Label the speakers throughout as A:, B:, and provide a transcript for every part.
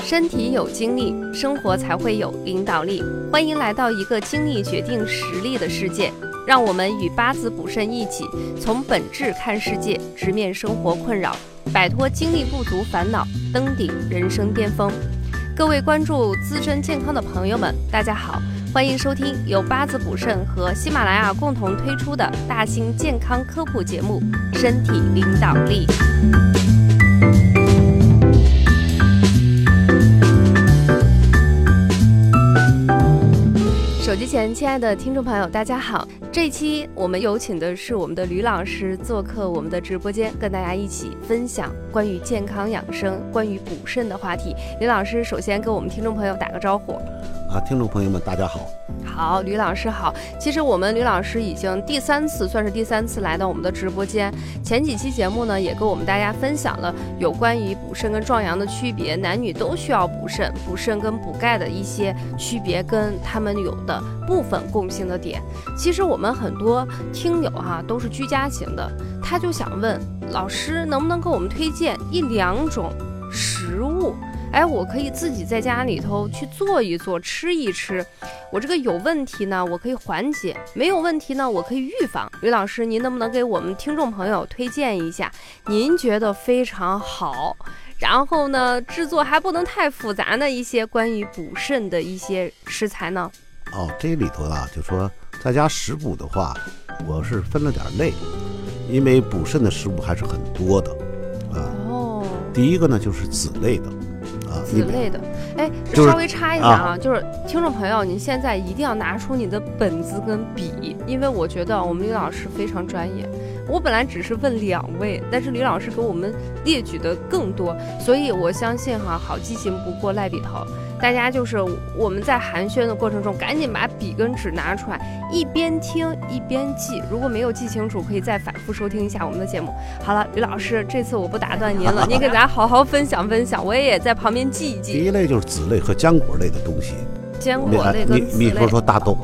A: 身体有精力，生活才会有领导力。欢迎来到一个精力决定实力的世界，让我们与八字补肾一起，从本质看世界，直面生活困扰，摆脱精力不足烦恼，登顶人生巅峰。各位关注自身健康的朋友们，大家好，欢迎收听由八字补肾和喜马拉雅共同推出的大型健康科普节目《身体领导力》。手机前，亲爱的听众朋友，大家好！这期我们有请的是我们的吕老师做客我们的直播间，跟大家一起分享关于健康养生、关于补肾的话题。吕老师首先跟我们听众朋友打个招呼。
B: 啊，听众朋友们，大家好。
A: 好，吕老师好。其实我们吕老师已经第三次，算是第三次来到我们的直播间。前几期节目呢，也跟我们大家分享了有关于补肾跟壮阳的区别，男女都需要补肾，补肾跟补钙的一些区别，跟他们有的部分共性的点。其实我们很多听友哈、都是居家型的，他就想问老师，能不能给我们推荐一两种食物？哎，我可以自己在家里头去做一做，吃一吃。我这个有问题呢，我可以缓解；没有问题呢，我可以预防。吕老师，您能不能给我们听众朋友推荐一下您觉得非常好，然后呢制作还不能太复杂的一些关于补肾的一些食材呢？
B: 哦，这里头啊，就说在家食补的话，我是分了点类，因为补肾的食物还是很多的。啊，
A: 哦，
B: 第一个呢就是籽类的，啊，
A: 子类的。哎，
B: 就是
A: 稍微插一下啊，就是听众朋友，您现在一定要拿出你的本子跟笔，因为我觉得我们吕老师非常专业。我本来只是问两位，但是吕老师给我们列举的更多，所以我相信哈、好记性不过赖笔头。大家就是我们在寒暄的过程中，赶紧把笔跟纸拿出来，一边听一边记。如果没有记清楚，可以再反复收听一下我们的节目。好了，吕老师，这次我不打断您了，您给咱好好分享分享，我也在旁边记一记
B: 第。一类就是籽类和坚果类的东西。
A: 坚
B: 你
A: 果
B: 还
A: 类
B: 你
A: 跟
B: 你
A: 籽
B: 比如
A: 类，
B: 说大豆，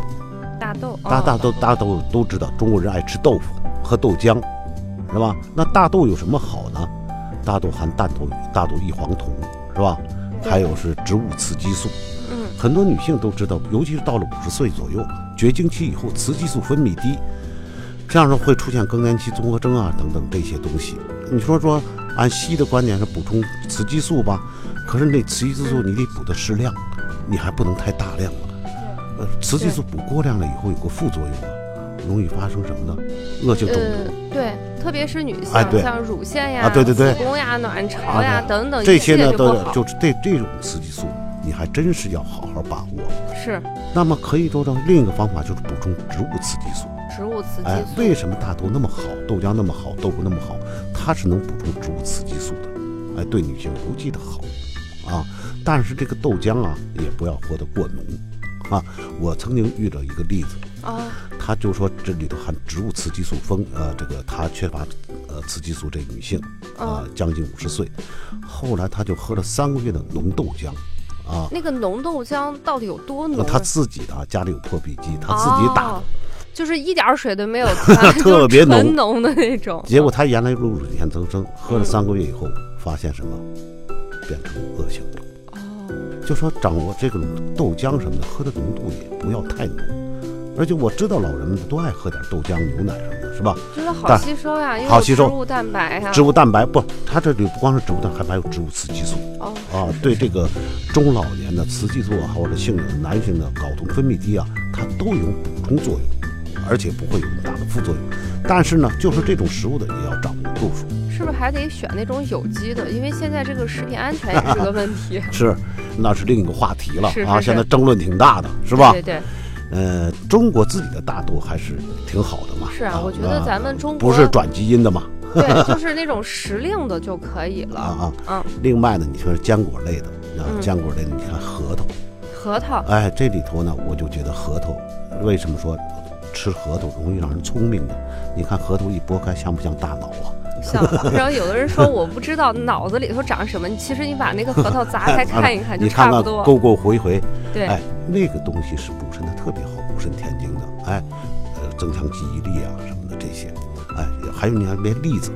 A: 大豆，
B: 大
A: 哦
B: 大豆大豆都知道，中国人爱吃豆腐和豆浆，是吧？那大豆有什么好呢？大豆含蛋头大豆异黄酮，是吧？
A: 对
B: 还有是植物雌激素，
A: 嗯，
B: 很多女性都知道，尤其是到了五十岁左右，绝经期以后，雌激素分泌低，这样呢会出现更年期综合征啊等等这些东西。你说说，按西医的观点是补充雌激素吧，可是那雌激素你得补的适量，你还不能太大量了。呃，雌激素补过量了以后有个副作用啊，容易发生什么呢？恶性中
A: 呃
B: 毒。，
A: 对，特别是女性，
B: 哎对
A: 像乳腺呀、
B: 啊对对对
A: 子宫呀、卵巢呀、
B: 啊对
A: 等等，
B: 这些
A: 一
B: 呢
A: 系列就
B: 都
A: 不好
B: 就是这这种雌激素，你还真是要好好把握。
A: 是
B: 那么可以做到另一个方法就是补充植物雌激素。
A: 植物雌
B: 哎，
A: 激素。
B: 为什么大豆那么好，豆浆那么好，豆腐那么好？它是能补充植物雌激素的，哎，对女性尤其的好啊。但是这个豆浆啊，也不要喝得过浓啊。我曾经遇到一个例子，
A: 哦，
B: 他就说这里头含植物雌激素丰，呃，这个她缺乏呃雌激素，这女性啊、
A: 嗯
B: 将近五十岁，后来她就喝了三个月的浓豆浆啊。
A: 那个浓豆浆到底有多浓
B: 那
A: 啊？
B: 她自己的啊，家里有破壁机，她自己打的
A: 哦，就是一点儿水都没 有添，
B: 特
A: 就是
B: 别浓
A: 纯浓的那种。
B: 结果他原来入乳腺增生，喝了三个月以后，发现什么？变成恶性了。
A: 哦，
B: 就说掌握这种豆浆什么的，喝的浓度也不要太浓。而且我知道老人们都爱喝点豆浆、牛奶什么的，是吧？
A: 觉得好
B: 但
A: 吸收呀，因为
B: 好
A: 有
B: 吸收
A: 植物蛋白呀。
B: 植物蛋白不，它这里不光是植物蛋白，还有植物雌激素
A: 哦，
B: 啊。 对这个中老年的雌激素啊，或者性的男性的睾酮分泌低啊，它都有补充作用，而且不会有大的副作用。但是呢，就是这种食物的也要掌握度数。
A: 是不是还得选那种有机的？因为现在这个食品安全也是个问 题，
B: 是，那是另一个话题了
A: 是是
B: 啊！
A: 是
B: 现在争论挺大的，是吧？
A: 对对对。
B: 呃，中国自己的大豆还是挺好的嘛。
A: 是啊我觉得咱们中国
B: 不是转基因的嘛。
A: 对，就是那种时令的就可以
B: 啊
A: 了。
B: 啊，
A: 嗯，
B: 另外呢，你说坚果类的啊
A: 嗯，
B: 坚果类的，你看核桃，
A: 核桃，
B: 哎，这里头呢，我就觉得核桃，为什么说吃核桃容易让人聪明呢？你看核桃一剥开，像不像大脑啊？
A: 像，然后有的人说我不知道脑子里头长什么，其实你把那个核桃砸 开啊看一看就
B: 哎啊你
A: 差
B: 看
A: 不
B: 看
A: 多。
B: 勾勾回回，
A: 对，
B: 哎，那个东西是补肾的特别好，补肾填精的。哎，呃，增强记忆力啊什么的这些。哎，还有你看连栗子，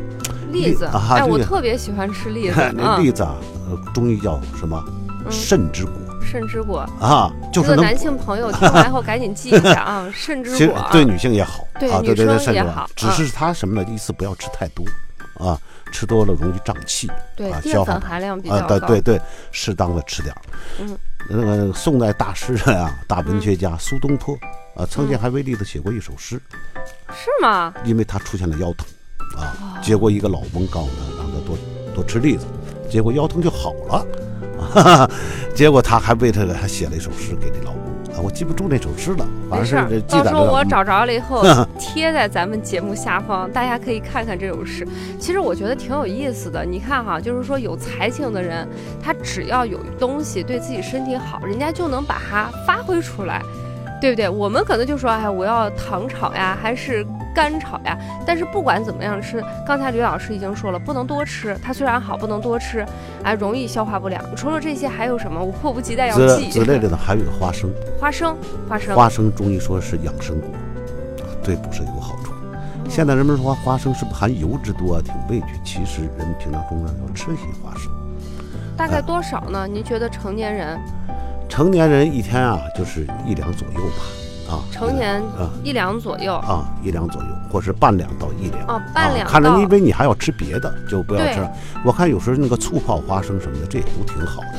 A: 栗子，
B: 啊
A: 哎，我
B: 这个
A: 特别喜欢吃栗 子
B: 那
A: 啊，
B: 栗子啊，呃，中医叫什么
A: 嗯
B: 肾之果
A: 肾之果。
B: 啊， 就
A: 这
B: 是
A: 个
B: 能
A: 男性朋友听完后赶紧记一下 啊，肾
B: 其
A: 之
B: 实
A: 果啊。
B: 对女性也好，
A: 对
B: 啊，
A: 女
B: 对对对，
A: 生
B: 甚
A: 也
B: 至
A: 好嗯
B: 只是它什么呢？一次不要吃太多，啊，吃多了容易胀气，
A: 对
B: 啊
A: 淀
B: 消化
A: 粉含量比较
B: 啊，
A: 高。
B: 对对对，适当的吃点儿。
A: 嗯，
B: 那个宋代大诗人啊，大文学家苏东坡啊，曾
A: 嗯
B: 经还为栗子写过一首诗，
A: 是吗？
B: 因为他出现了腰疼啊
A: 哦，
B: 结果一个老翁告诉他，让他多多吃栗子，结果腰疼就好了。 哈哈，结果他还为这个还写了一首诗给这老翁啊，我记不住那首诗了，反
A: 没事
B: 正
A: 儿
B: 是，记
A: 到
B: 载
A: 时候
B: 着
A: 我
B: 嗯
A: 找着了以后 贴在咱们节目下方，大家可以看看这首诗。其实我觉得挺有意思的。你看哈，就是说有才情的人，他只要有东西对自己身体好，人家就能把它发挥出来，对不对？我们可能就说，哎，我要糖炒呀，还是干炒呀。但是不管怎么样吃，刚才吕老师已经说了，不能多吃。它虽然好，不能多吃，哎，容易消化不良。除了这些还有什么？我迫不及待要
B: 之
A: 记。
B: 之类的呢，还有一个花生，
A: 花生，花生，
B: 花生中医说是养生果，对补肾有好
A: 嗯
B: 处。现在人们说花生是不是含油脂多啊，挺畏惧。其实人们平常中呢要吃一些花生。
A: 大概多少呢？您觉得成年人
B: 成年人一天啊就是一两左右吧，啊，
A: 成年
B: 啊
A: 一两左右？
B: 啊一两左右，或是半两到一两。
A: 哦，半两
B: 啊、看
A: 到
B: 着，因为你还要吃别的，就不要吃了。我看有时候那个醋泡花生什么的，这也都挺好的。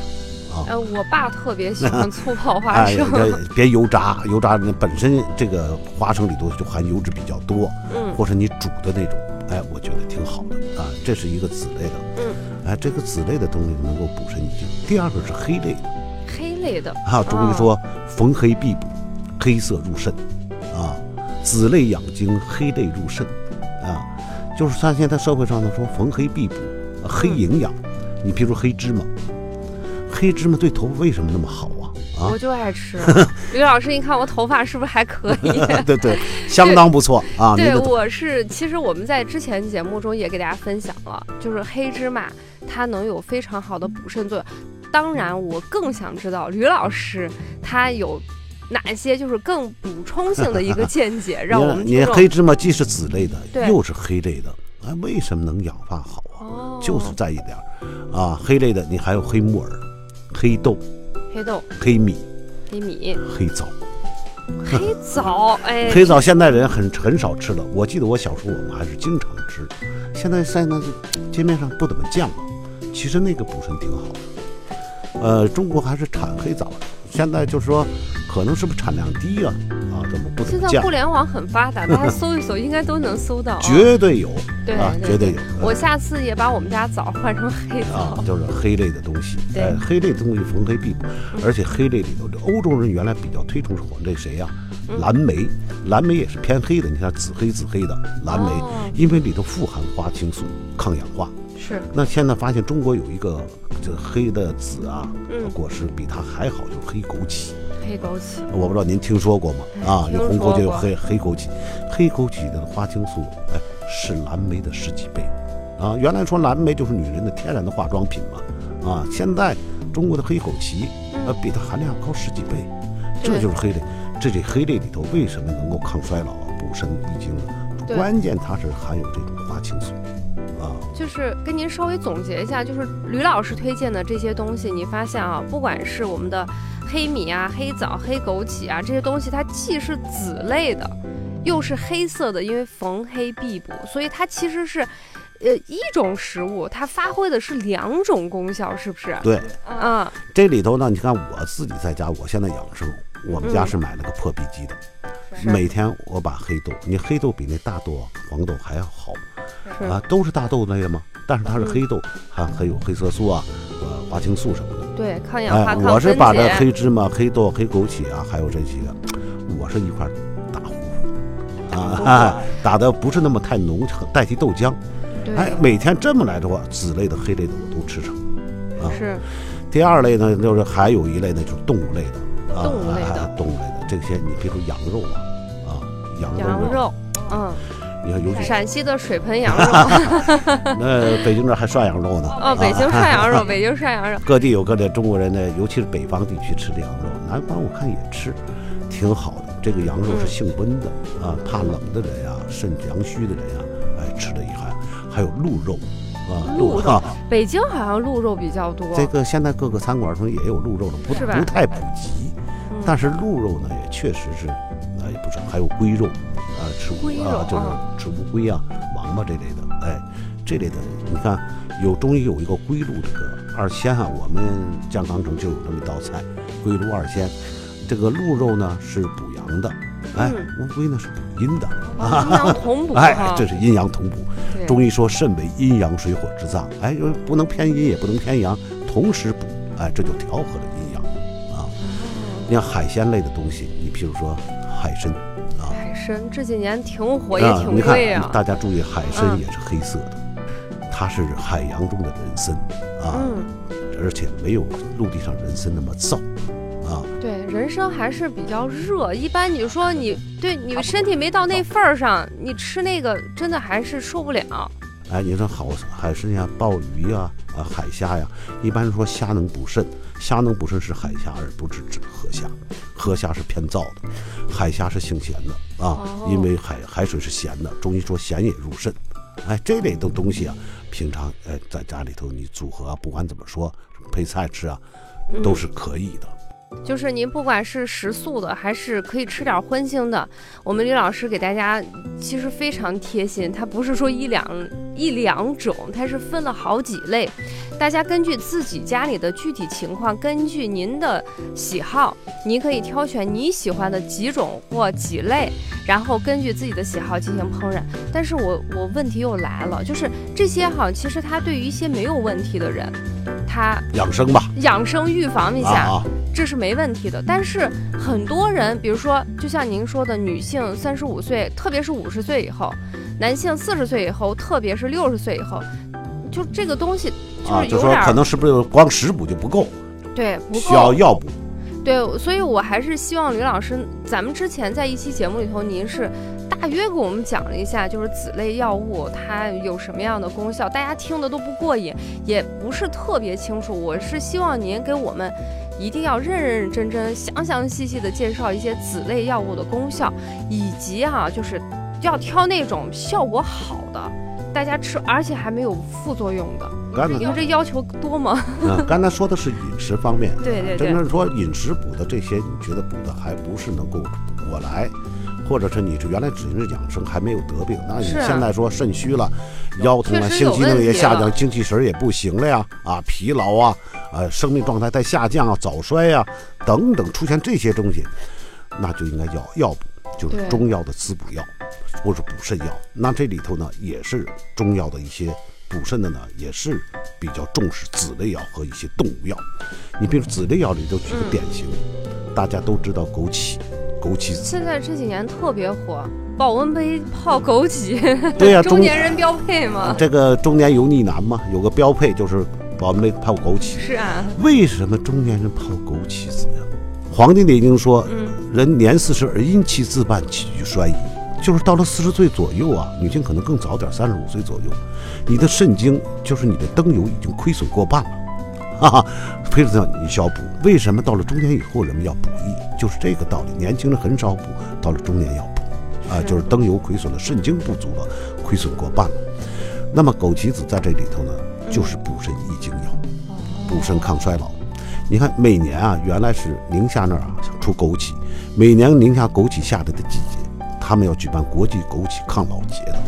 B: 啊
A: 呃，我爸特别喜欢醋泡花
B: 哎，
A: 生，
B: 这别油炸，油炸那本身这个花生里头就含油脂比较多，
A: 嗯，
B: 或者你煮的那种，哎，我觉得挺好的啊。这是一个籽类的，
A: 嗯，
B: 哎，这个籽类的东西能够补肾益精。第二个是黑类的
A: 黑类的，
B: 啊，中医
A: 哦
B: 说逢黑必补，黑色入肾啊，籽类养精，黑类入肾啊，就是像现在社会上呢说逢黑必补，啊黑
A: 嗯
B: 营养，你比如黑芝麻，黑芝麻对头发为什么那么好啊？啊
A: 我，就爱 吃。吕老师，你看我头发是不是还可以？
B: 啊对 对，相当不错啊，您
A: 对，
B: 的头
A: 我是其实我们在之前节目中也给大家分享了，就是黑芝麻它能有非常好的补肾作用。当然，我更想知道吕老师他有哪些就是更补充性的一个见 解，让我们
B: 你
A: 听
B: 看
A: 众
B: 你黑芝麻既是籽类的，
A: 对
B: 又是黑类的，哎，为什么能养发好啊？
A: 哦，
B: 就是在一点儿啊，黑类的你还有黑木耳、黑豆、
A: 黑豆、
B: 黑米、
A: 黑米、
B: 黑枣。
A: 黑枣，哎，
B: 黑枣现在人很很少吃了，我记得我小时候我们还是经常吃，现在现在街面上不怎么见了。其实那个补肾挺好的，呃，中国还是产黑枣的，现在就是说，可能是不是产量低啊？啊，怎么不怎
A: 现
B: 么
A: 在
B: 见
A: 互？联网很发达，大 家搜一搜应该都能搜到、啊。
B: 绝对有
A: 对
B: 啊，
A: 对
B: 绝对有。
A: 我下次也把我们家枣换成黑
B: 啊
A: 枣，，
B: 就是黑类的东西。
A: 哦对
B: 哎黑类东西逢黑必补，而且黑类里头，欧洲人原来比较推崇是这谁呀、
A: 嗯
B: 蓝莓，蓝莓也是偏黑的，你看紫黑紫黑的蓝莓，
A: 哦
B: 因为里头富含花青素，抗氧化。
A: 是
B: 那现在发现中国有一个这黑的紫啊、
A: 嗯
B: 果实比它还好，就是黑枸杞。
A: 黑枸杞。
B: 我不知道您听说过吗？
A: 哎
B: 啊，有
A: 听
B: 红枸杞，
A: 说
B: 有
A: 过
B: 黑黑枸杞，黑枸杞的花青素，哎，是蓝莓的十几倍，啊，原来说蓝莓就是女人的天然的化妆品嘛，啊，现在中国的黑枸杞，呃，比它含量高十几倍，这
A: 嗯对
B: 就是黑类，这这黑类里头为什么能够抗衰老啊、补肾益精呢？
A: 对
B: 关键它是含有这种花青素，啊，
A: 就是跟您稍微总结一下，就是吕老师推荐的这些东西，你发现啊，不管是我们的黑米啊、黑枣、黑枸杞啊这些东西，它既是籽类的，又是黑色的，因为逢黑必补，所以它其实是，呃，一种食物，它发挥的是两种功效，是不是？
B: 对，
A: 啊，
B: 这里头呢，你看我自己在家，我现在养生，我们家
A: 嗯
B: 是买了个破壁机的。
A: 是
B: 每天我把黑豆，你黑豆比那大豆、啊、黄豆还要好
A: 是
B: 啊，都是大豆类的吗？但是它是黑豆，还含有黑色素啊、呃花青素什么的。
A: 对抗氧化、
B: 哎，
A: 抗
B: 我是
A: 分
B: 把这
A: 解
B: 黑芝麻、黑豆、黑枸杞啊，还有这些，我是一块打糊糊啊，打的不是那么太浓，代替豆浆。
A: 对
B: 哎，每天这么来的话，籽类的、黑类的我都吃上。啊
A: 是
B: 第二类呢，就是还有一类呢，就是动物类的，啊，
A: 动物类的
B: 哎动物类的这些，你比如羊肉啊，啊，羊肉啊，
A: 羊肉，嗯，
B: 你看尤其
A: 陕西的水盆羊 肉，
B: 那北京这儿还涮羊肉呢。啊
A: 哦，北京涮羊肉，北京涮羊肉，
B: 各地有各地中国人呢，尤其是北方地区吃的羊肉，南方我看也吃，挺好的。这个羊肉是
A: 嗯
B: 性温的啊，怕冷的人呀、肾阳虚的人呀、哎，吃的也还还有鹿肉啊，
A: 鹿肉
B: 啊，
A: 北京好像鹿肉比较多，
B: 这个现在各个餐馆中也有鹿肉了，不
A: 是吧
B: 不太普及，
A: 嗯
B: 但是鹿肉呢也确实是，呃，也不是，还有龟肉，啊、吃乌
A: 龟肉
B: 啊，就是
A: 啊
B: 吃乌龟啊、王八这类的，哎，这类的，你看有中医有一个龟鹿这个二鲜啊，我们江康城就有这么一道菜，龟鹿二鲜，这个鹿肉呢是补阳的，哎，
A: 嗯
B: 乌龟呢是补阴的，
A: 哦阴阳 同补
B: 哎
A: 哈，，
B: 这是阴阳同补。
A: 对
B: 中医说肾为阴阳水火之脏，哎，又不能偏阴也不能偏阳，同时补，哎，这就调和了阴阳啊。你看海鲜类的东西，你譬如说海参啊，
A: 海参这几年挺火，也
B: 啊，
A: 挺
B: 你看
A: 贵啊。
B: 大家注意，海参
A: 嗯
B: 也是黑色的，它是海洋中的人参啊，
A: 嗯，
B: 而且没有陆地上人参那么燥啊。
A: 对，人参还是比较热。一般你说你对你身体没到那份儿上，你吃那个真的还是受不了。
B: 哎，你说好海参呀、鲍鱼呀、啊海虾呀，一般说虾能补肾，虾能补肾是海虾，而不是指河虾。河虾是偏燥的，海虾是性咸的啊，
A: 哦
B: 因为海海水是咸的，中医说咸也入肾。哎，这类的东西啊，平常哎在家里头你组合啊，不管怎么说配菜吃啊，都是可以的。
A: 就是您不管是食素的，还是可以吃点荤腥的，我们吕老师给大家其实非常贴心，它不是说一两一两种，它是分了好几类，大家根据自己家里的具体情况，根据您的喜好，您可以挑选你喜欢的几种或几类，然后根据自己的喜好进行烹饪。但是我我问题又来了，就是这些哈，其实它对于一些没有问题的人，他
B: 养生吧，
A: 养生预防一
B: 啊
A: 下。
B: 啊，
A: 这是没问题的。但是很多人，比如说，就像您说的，女性三十五岁，特别是五十岁以后，男性四十岁以后，特别是六十岁以后，就这个东西哎就
B: 啊，
A: 是
B: 就
A: 有
B: 说
A: 点儿、
B: 可能是不是光食补就不够，
A: 对不
B: 需要
A: 够
B: 药补。
A: 对，所以我还是希望吕老师，咱们之前在一期节目里头，您是。大约给我们讲了一下，就是子类药物它有什么样的功效，大家听的都不过瘾，也不是特别清楚。我是希望您给我们一定要认认真真、详详细细的介绍一些子类药物的功效，以及啊，就是要挑那种效果好的，大家吃而且还没有副作用的。
B: 刚
A: 你
B: 才
A: 看这要求多吗？
B: 嗯，刚才说的是饮食方面，
A: 对对
B: 真
A: 对，
B: 正说饮食补的这些，你觉得补的还不是能够补过来，或者是你是原来只是养生还没有得病，那你
A: 是啊
B: 现在说肾虚了，腰疼了，
A: 确实有
B: 性机能也下
A: 问
B: 降，精气神儿也不行了呀，啊，疲劳啊，呃，生命状态在下降啊，早衰呀、等等，出现这些东西，那就应该叫药补，就是
A: 对
B: 中药的滋补药，或是补肾药。那这里头呢，也是中药的一些补肾的呢，也是比较重视子类药和一些动物药。你比如子类药里头举个典型，大家都知道枸杞，枸杞子，
A: 现在这几年特别火，保温杯泡枸杞，
B: 对 呀、嗯
A: 中年人标配嘛。
B: 这个中年油腻男嘛，有个标配就是我们那个泡枸杞。
A: 是啊，
B: 为什么中年人泡枸杞子呀？《黄帝内经》说，人年四十而阴气自半，起居衰矣。就是到了四十岁左右啊，女性可能更早点，三十五岁左右，你的肾经就是你的灯油已经亏损过半了， 哈哈，亏损到你需要补。为什么到了中年以后人们要补益？就是这个道理。年轻人很少补，到了中年要补，啊，就是灯油亏损了，肾经不足了，亏损过半了。那么枸杞子在这里头呢，就是补肾益精药。补肾抗衰老。你看每年啊，原来是宁夏那儿啊出枸杞，每年宁夏枸杞下来的季节，他们要举办国际枸杞抗老节的，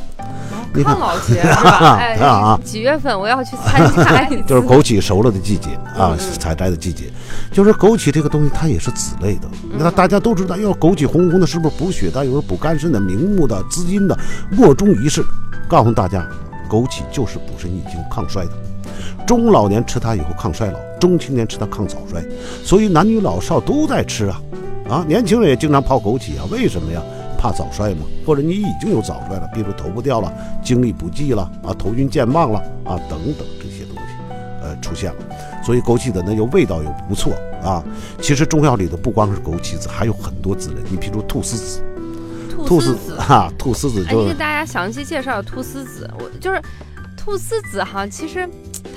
B: 你看
A: 看老 节是吧？哎
B: 啊啊，
A: 几月份我要去参加一次？
B: 就是枸杞熟了的季节
A: 嗯，
B: 啊
A: 嗯
B: 采摘的季节。就是枸杞这个东西，它也是子类的。那大家都知道，要枸杞红红的，是不是补血的？有人补肝肾的、明目的、滋阴的，莫衷一是。告诉大家，枸杞就是补肾益精、抗衰的。中老年吃它以后抗衰老，中青年吃它抗早衰，所以男女老少都在吃啊，啊，年轻人也经常泡枸杞啊，为什么呀？怕早衰嘛，或者你已经有早衰了，比如头部掉了、精力不济了啊、头晕健忘了啊等等这些东西，呃，出现了。所以枸杞子呢又味道又不错啊。其实中药里头不光是枸杞子，还有很多子类，你譬如菟丝子，
A: 兔丝
B: 菟丝
A: 子
B: 子，哈、菟丝子
A: 哎，
B: 就
A: 您
B: 是
A: 给大家详细介绍菟丝子。我就是菟丝子哈，其实嘖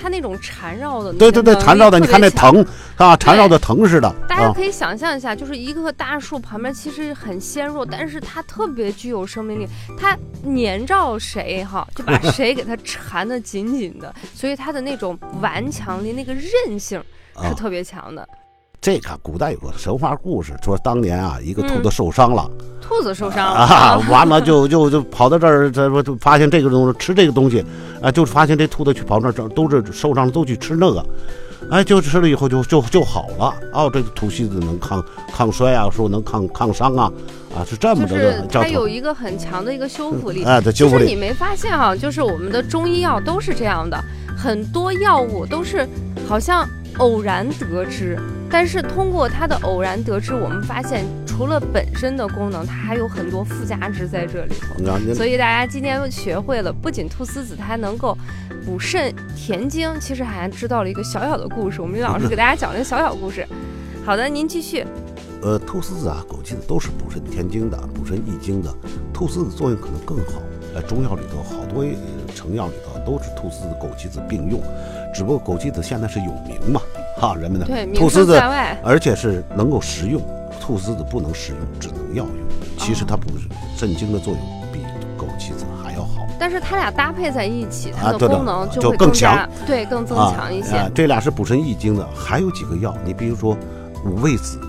A: 它那种缠绕的那个能力特别强，
B: 对对对，缠绕的，你看那藤，啊，缠绕的藤似的
A: 大家
B: 啊。
A: 可以想象一下，就是一个大树旁边其实很纤弱，但是它特别具有生命力，它粘着谁哈，就 把谁给它缠得紧紧的，所以它的那种顽强力、那个韧性
B: 啊
A: 是，特别强的。
B: 这个古代有个神话故事，说当年啊，一个兔
A: 嗯
B: 子受伤了、
A: 兔子受伤了
B: 啊，完了就 就就跑到这儿，这不就发现这个东西吃这个东西，啊，就发现这兔子去跑那儿这儿都是受伤了都去吃那个，哎，就吃了以后就就就好了。哦，这个土戏子能抗抗衰啊，说能抗抗伤啊，啊是这么
A: 就
B: 着
A: 是
B: 的叫
A: 它有
B: 土
A: 一个很强的一个修复 力。
B: 啊，这
A: 其
B: 修复
A: 实你
B: 力
A: 没发现哈、就是我们的中医药都是这样的，很多药物都是好像偶然得知，但是通过它的偶然得知，我们发现除了本身的功能，它还有很多附加值在这里头。
B: 啊，您
A: 所以大家今天又学会了，不仅菟丝子它能够补肾填精，其实还知道了一个小小的故事。我们老师给大家讲了一个小小故事。好的，您继续。
B: 呃，菟丝子啊、枸杞子都是补肾填精的、补肾益精的，菟丝子作用可能更好。呃，中药里头好多呃成药里头都是菟丝子、枸杞子并用，只不过枸杞子现在是有名嘛，哈，人们呢
A: 对，，名
B: 菟丝
A: 声
B: 子
A: 在外。
B: 而且是能够食用，菟丝子不能食用，只能药用。
A: 哦
B: 其实它补肾精的作用比枸杞子还要好。
A: 但是它俩搭配在一起，它
B: 啊对的
A: 功能
B: 就
A: 会
B: 更
A: 加，对，更增强一些。
B: 啊啊这俩是补肾益精的，还有几个药，你比如说五味子、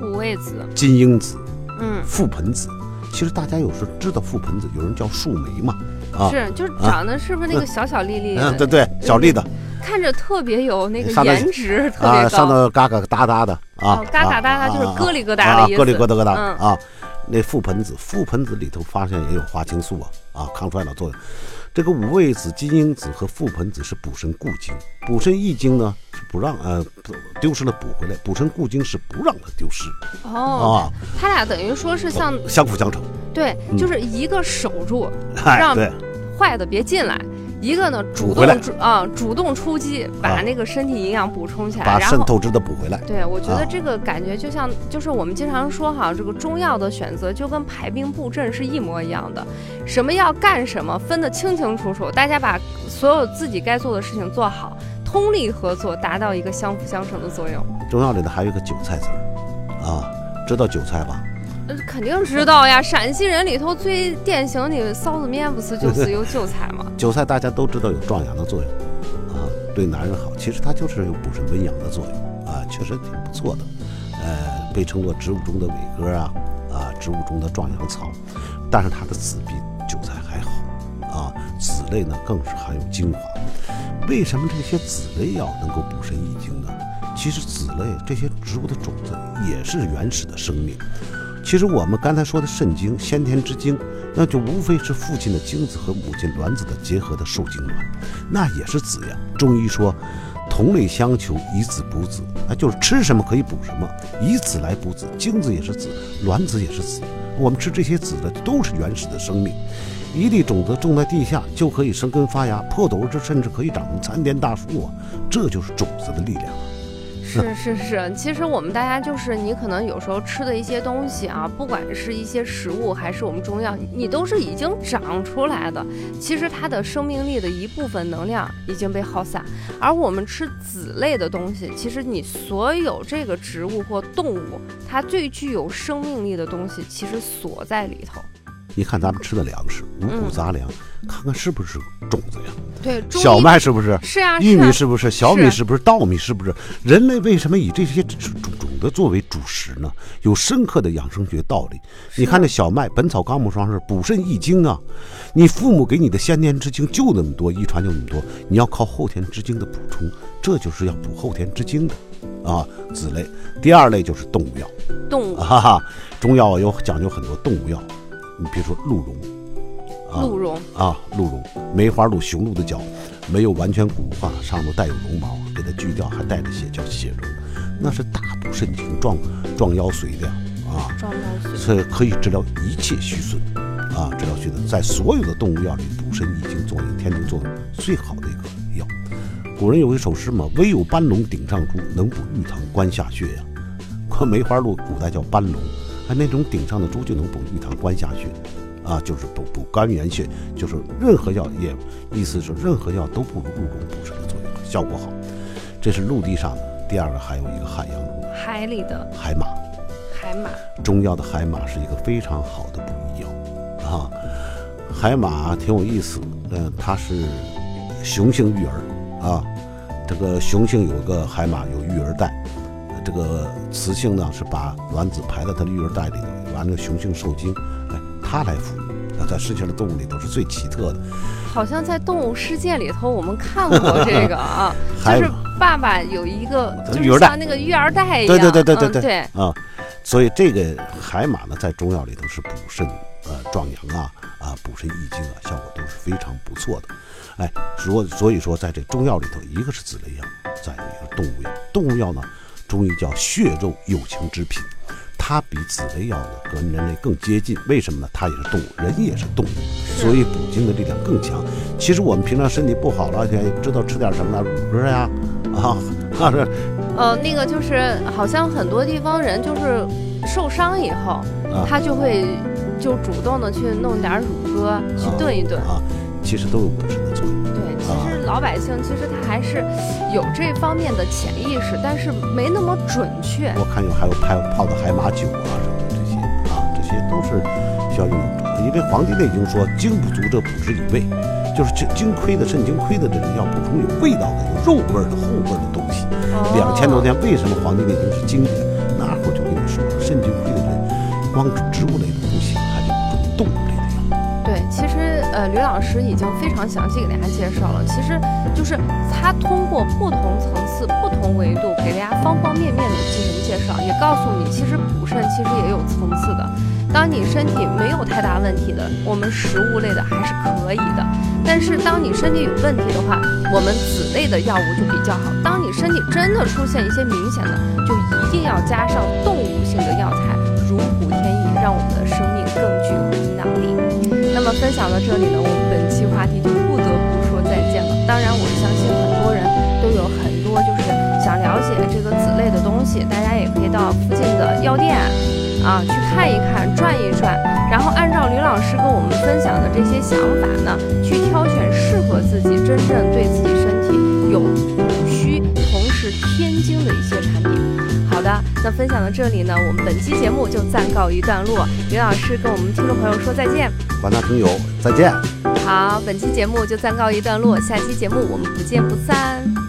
A: 五味子，
B: 金樱子、
A: 嗯，
B: 覆盆子。其实大家有时候知道覆盆子，有人叫树莓嘛，啊，
A: 是，就是长得是不是那个小小粒粒
B: 嗯，
A: 的，
B: 对对，小粒的
A: 看着特别有那个
B: 上头
A: 颜值，特
B: 啊，
A: 别
B: 上
A: 高。
B: 头嘎嘎哒哒的啊
A: 哦，嘎嘎哒哒
B: 啊
A: 就是
B: 啊
A: 咯里咯哒的
B: 啊
A: 意思
B: 咯里咯哒咯哒
A: 嗯
B: 啊。那覆盆子，覆盆子里头发现也有花青素啊，啊，抗衰老作用。这个五味子、金樱子和覆盆子是补肾固精，补肾益精呢是不让呃不丢失了补回来，补肾固精是不让它丢失
A: 哦，
B: 啊，
A: 它俩等于说是像，
B: 相辅相成。
A: 对，
B: 嗯
A: 就是一个守住
B: 哎，
A: 让
B: 对，
A: 坏的别进来，一个呢主
B: 回来
A: 动主啊主动出击，把
B: 啊
A: 那个身体营养补充起来，
B: 把
A: 然
B: 肾
A: 后。
B: 透支的补回来。
A: 对，我觉得
B: 啊
A: 这个感觉就像，就是我们经常说哈，这个中药的选择就跟排兵布阵是一模一样的，什么药干什么分得清清楚楚，大家把所有自己该做的事情做好，通力合作，达到一个相辅相成的作用。
B: 中药里头还有一个韭菜籽儿，啊，知道韭菜吧？
A: 呃，肯定知道呀，陕西人里头最典型的臊子面不是就是有韭菜嘛。
B: 韭菜大家都知道有壮阳的作用，啊，对男人好，其实它就是有补肾温阳的作用，啊，确实挺不错的，呃，被称作植物中的伟哥啊，啊，植物中的壮阳草，但是它的籽比韭菜还好，啊，籽类呢更是含有精华。为什么这些籽类药能够补肾益精呢？其实籽类这些植物的种子也是原始的生命。其实我们刚才说的肾精、先天之精，那就无非是父亲的精子和母亲卵子的结合的受精卵，那也是子呀。中医说，同类相求，以子补子，啊，就是吃什么可以补什么，以子来补子，精子也是子，卵子也是子。我们吃这些子的都是原始的生命，一粒种子种在地下就可以生根发芽，破土而出，甚至可以长成参天大树啊！这就是种子的力量。
A: 是是是，其实我们大家就是你可能有时候吃的一些东西啊，不管是一些食物还是我们中药，你都是已经长出来的。其实它的生命力的一部分能量已经被耗散，而我们吃籽类的东西，其实你所有这个植物或动物，它最具有生命力的东西，其实锁在里头。
B: 你看咱们吃的粮食，五谷
A: 嗯
B: 杂粮，看看是不是种子呀？
A: 对，中
B: 小
A: 医
B: 麦是不是？
A: 是啊，
B: 玉米
A: 啊
B: 是不是？小米
A: 是
B: 是不是？稻米是不是？人类为什么以这些种种子作为主食呢？有深刻的养生学道理。你看这小麦，《本草纲目》上是补肾益精啊。你父母给你的先天之精就那么多，遗传就那么多，你要靠后天之精的补充，这就是要补后天之精的啊。子类，第二类就是动物药。
A: 动物
B: 哈哈，中药有讲究很多动物药，你比如说鹿茸，啊
A: 鹿茸。
B: 啊，鹿茸、梅花鹿、雄鹿的角没有完全骨化，上头带有绒毛，给它锯掉还带着血，叫血茸，那是大补肾精、壮壮腰髓的呀啊，
A: 壮壮岁
B: 是可以治疗一切虚损啊，治疗虚损，在所有的动物药里，补肾益精作用、天津作用最好的一个药。古人有一首诗嘛，“唯有斑龙顶上珠，能补玉堂关下穴”呀。可梅花鹿古代叫斑龙，哎，那种顶上的珠就能补玉堂关下穴，啊，就是补补肝元穴，就是任何药也，意思是任何药都不如鹿茸补肾的作用，效果好。这是陆地上第二个还有一个海洋中
A: 海里的
B: 海马，
A: 海马，
B: 中药的海马是一个非常好的补益药啊。海马挺有意思，呃，它是雄性育儿啊，这个雄性有个海马有育儿袋，呃这个雌性呢是把卵子排在它的育儿袋里，完了雄性受精，哎，它来孵。那在世界上的动物里头是最奇特的，
A: 好像在动物世界里头我们看过这个 啊，就
B: 海
A: 是爸爸有一个，就
B: 育
A: 是
B: 儿袋
A: 像那个育儿袋一样，
B: 呃对对对对对
A: 嗯
B: 对
A: 对，
B: 啊，所以这个海马呢，在中药里头是补肾、呃壮阳啊、啊补肾益精啊，效果都是非常不错的。哎，所所以说，在这中药里头，一个是子类药，再有一个动物药。动物药呢，中医叫血肉有情之品，它比子类药呢跟人类更接近。为什么呢？它也是动物，人也是动物，所以补精的力量更强。其实我们平常身体不好了，也不知道吃点什么了，乳鸽呀，啊， 啊这
A: 呃，那个就是好像很多地方人就是受伤以后，
B: 啊
A: 他就会就主动的去弄点儿乳鸽去炖一炖。
B: 啊，其实都有补肾的作用。
A: 对，其实老百姓其实他还是有这方面的潜意识，但是没那么准确。
B: 我看有还有拍泡的海马酒啊什么的这些啊，这些都是需要用到，因为《黄帝内经》说“精不足者补之以味”，就是精精亏的肾精亏的这人要补充有味道的、有肉味儿的、后味儿的东西。
A: 哦
B: 两千多
A: 年，
B: 年，为什么《黄帝内经》是经典？那会儿就跟你说了，肾精亏的人，光植物类的不行，还得补充动物类的药。
A: 对，其实呃，吕老师已经非常详细给大家介绍了。其实就是他通过不同层次、不同维度给大家方方面面的进行介绍，也告诉你，其实补肾其实也有层次的。当你身体没有太大问题的，我们食物类的还是可以的。但是当你身体有问题的话，我们子类的药物就比较好。当你身体真的出现一些明显的，就一定要加上动物性的药材，如虎添翼，让我们的生命更具影响力。那么分享到这里呢，我们本期话题就不得不说再见了。当然，我相信很多人都有很多就是想了解这个子类的东西，大家也可以到附近的药店啊去看一看、转一转，然后按照吕老师跟我们分享的这些想法呢，去挑选适合自己、真正对自己身体有补虚，同时添精的一些产品。好的，那分享到这里呢，我们本期节目就暂告一段落。吕老师跟我们听众朋友说再见。
B: 广大听友，再见。
A: 好，本期节目就暂告一段落，下期节目我们不见不散。